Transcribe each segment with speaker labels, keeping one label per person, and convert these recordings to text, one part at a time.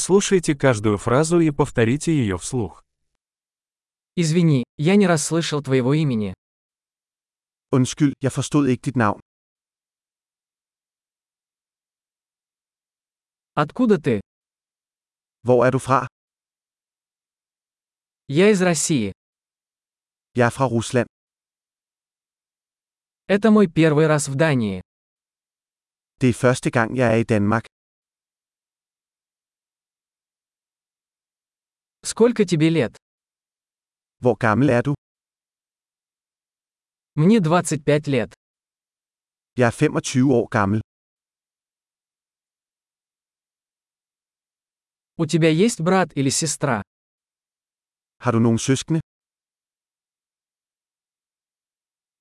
Speaker 1: Прослушайте каждую фразу и повторите ее вслух.
Speaker 2: Извини, я не расслышал твоего имени.
Speaker 3: Undskyld, jeg forstod ikke dit navn.
Speaker 2: Откуда ты?
Speaker 3: Hvor er du fra?
Speaker 2: Я из России.
Speaker 3: Jeg er fra Rusland.
Speaker 2: Это мой первый раз в Дании.
Speaker 3: Det er første gang, jeg er i Danmark.
Speaker 2: Сколько тебе лет?
Speaker 3: Hvor gammel er du?
Speaker 2: Мне 25 лет.
Speaker 3: Jeg er 25 år gammel.
Speaker 2: У тебя есть брат или сестра?
Speaker 3: Har du nogle søskende?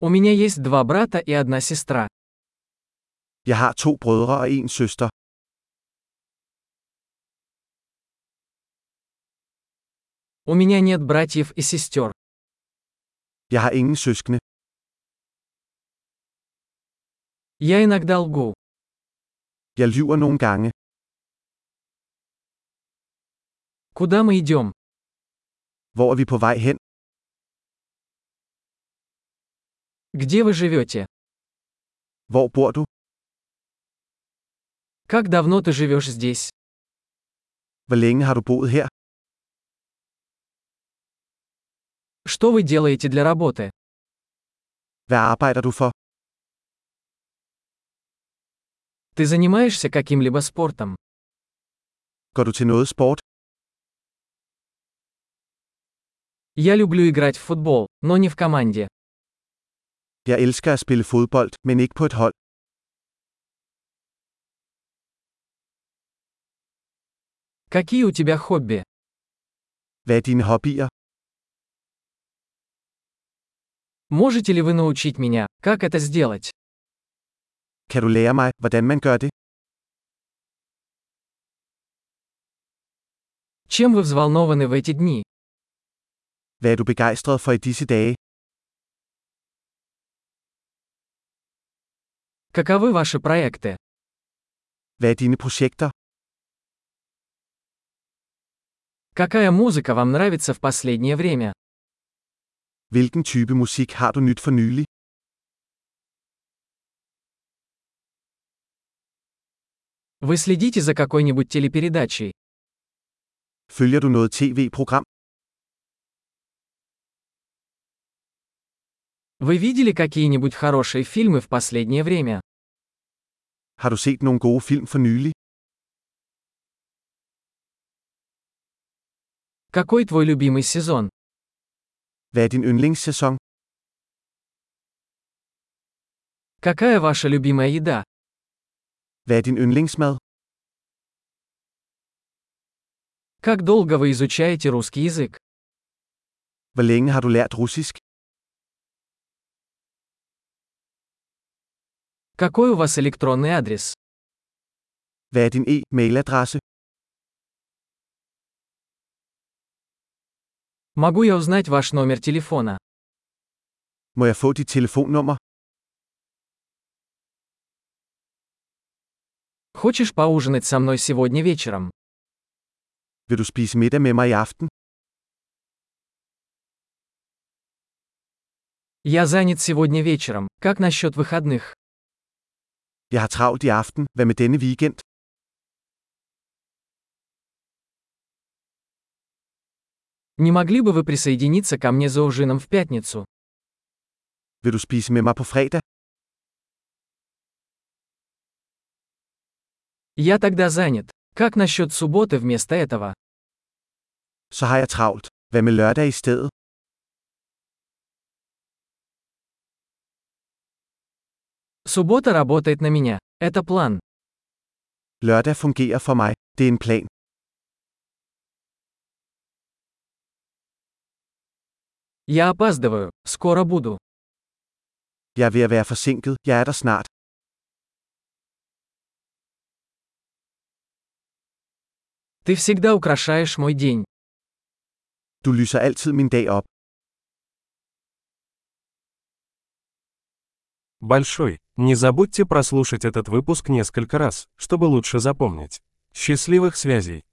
Speaker 2: У меня есть два брата и одна сестра.
Speaker 3: Jeg har to brødre og en søster.
Speaker 2: У меня нет братьев и сестер.
Speaker 3: Jeg har ingen søskende.
Speaker 2: Я иногда лгу.
Speaker 3: Jeg lyver nogle gange.
Speaker 2: Куда мы идем?
Speaker 3: Hvor er vi på vej hen?
Speaker 2: Где вы живете?
Speaker 3: Hvor bor du?
Speaker 2: Как давно ты живешь здесь?
Speaker 3: Hvor længe har du boet her?
Speaker 2: Что вы делаете для работы?
Speaker 3: Hvad arbejder du for?
Speaker 2: Ты занимаешься каким-либо спортом?
Speaker 3: Går du til noget sport?
Speaker 2: Я люблю играть в футбол, но не в команде.
Speaker 3: Jeg elsker at spille fodbold, men ikke på et hold.
Speaker 2: Какие у тебя хобби?
Speaker 3: Hvad er dine hobbyer?
Speaker 2: Можете ли вы научить меня, как это сделать?
Speaker 3: Kan du lære mig, hvordan man gør det?
Speaker 2: Чем вы взволнованы в эти дни?
Speaker 3: Hvad er du begejstret for i disse dage?
Speaker 2: Каковы ваши проекты?
Speaker 3: Hvad er dine projekter?
Speaker 2: Какая музыка вам нравится в последнее время?
Speaker 3: Hvilken type musik har du nyt for nylig?
Speaker 2: Вы следите за какой-нибудь телепередачей?
Speaker 3: Følger du noget tv-program?
Speaker 2: Вы видели какие-нибудь хорошие фильмы в последнее время?
Speaker 3: Har du set nogle gode film for nylig?
Speaker 2: Какой твой любимый сезон?
Speaker 3: Hvad er din yndlingssæson?
Speaker 2: Какая ваша любимая еда?
Speaker 3: Hvad er din yndlingsmad?
Speaker 2: Как долго вы изучаете русский язык?
Speaker 3: Hvor længe har du lært russisk?
Speaker 2: Какой у вас электронный адрес?
Speaker 3: Hvad er din e-mailadresse?
Speaker 2: Могу я узнать ваш номер телефона?
Speaker 3: Må jeg få dit telefonnummer?
Speaker 2: Хочешь поужинать со мной сегодня вечером?
Speaker 3: Vil du spise middag med mig i aften?
Speaker 2: Я занят сегодня вечером. Как насчет выходных?
Speaker 3: Jeg har travlt i aften. Hvad med denne weekend?
Speaker 2: Не могли бы вы присоединиться ко мне за ужином в пятницу?
Speaker 3: Vil du spise med mig på fredag?
Speaker 2: Я тогда занят. Как насчет субботы вместо этого?
Speaker 3: Så har jeg travlt. Hvad med lørdag i stedet?
Speaker 2: Суббота работает на меня. Это план.
Speaker 3: Lørdag fungerer for mig. Det er en plan.
Speaker 2: Я опаздываю. Скоро буду.
Speaker 3: Jeg er ved at være forsinket. Jeg er der snart.
Speaker 2: Ты всегда украшаешь мой день.
Speaker 3: Du lyser altid min dag op.
Speaker 1: Большой. Не забудьте прослушать этот выпуск несколько раз, чтобы лучше запомнить. Счастливых связей!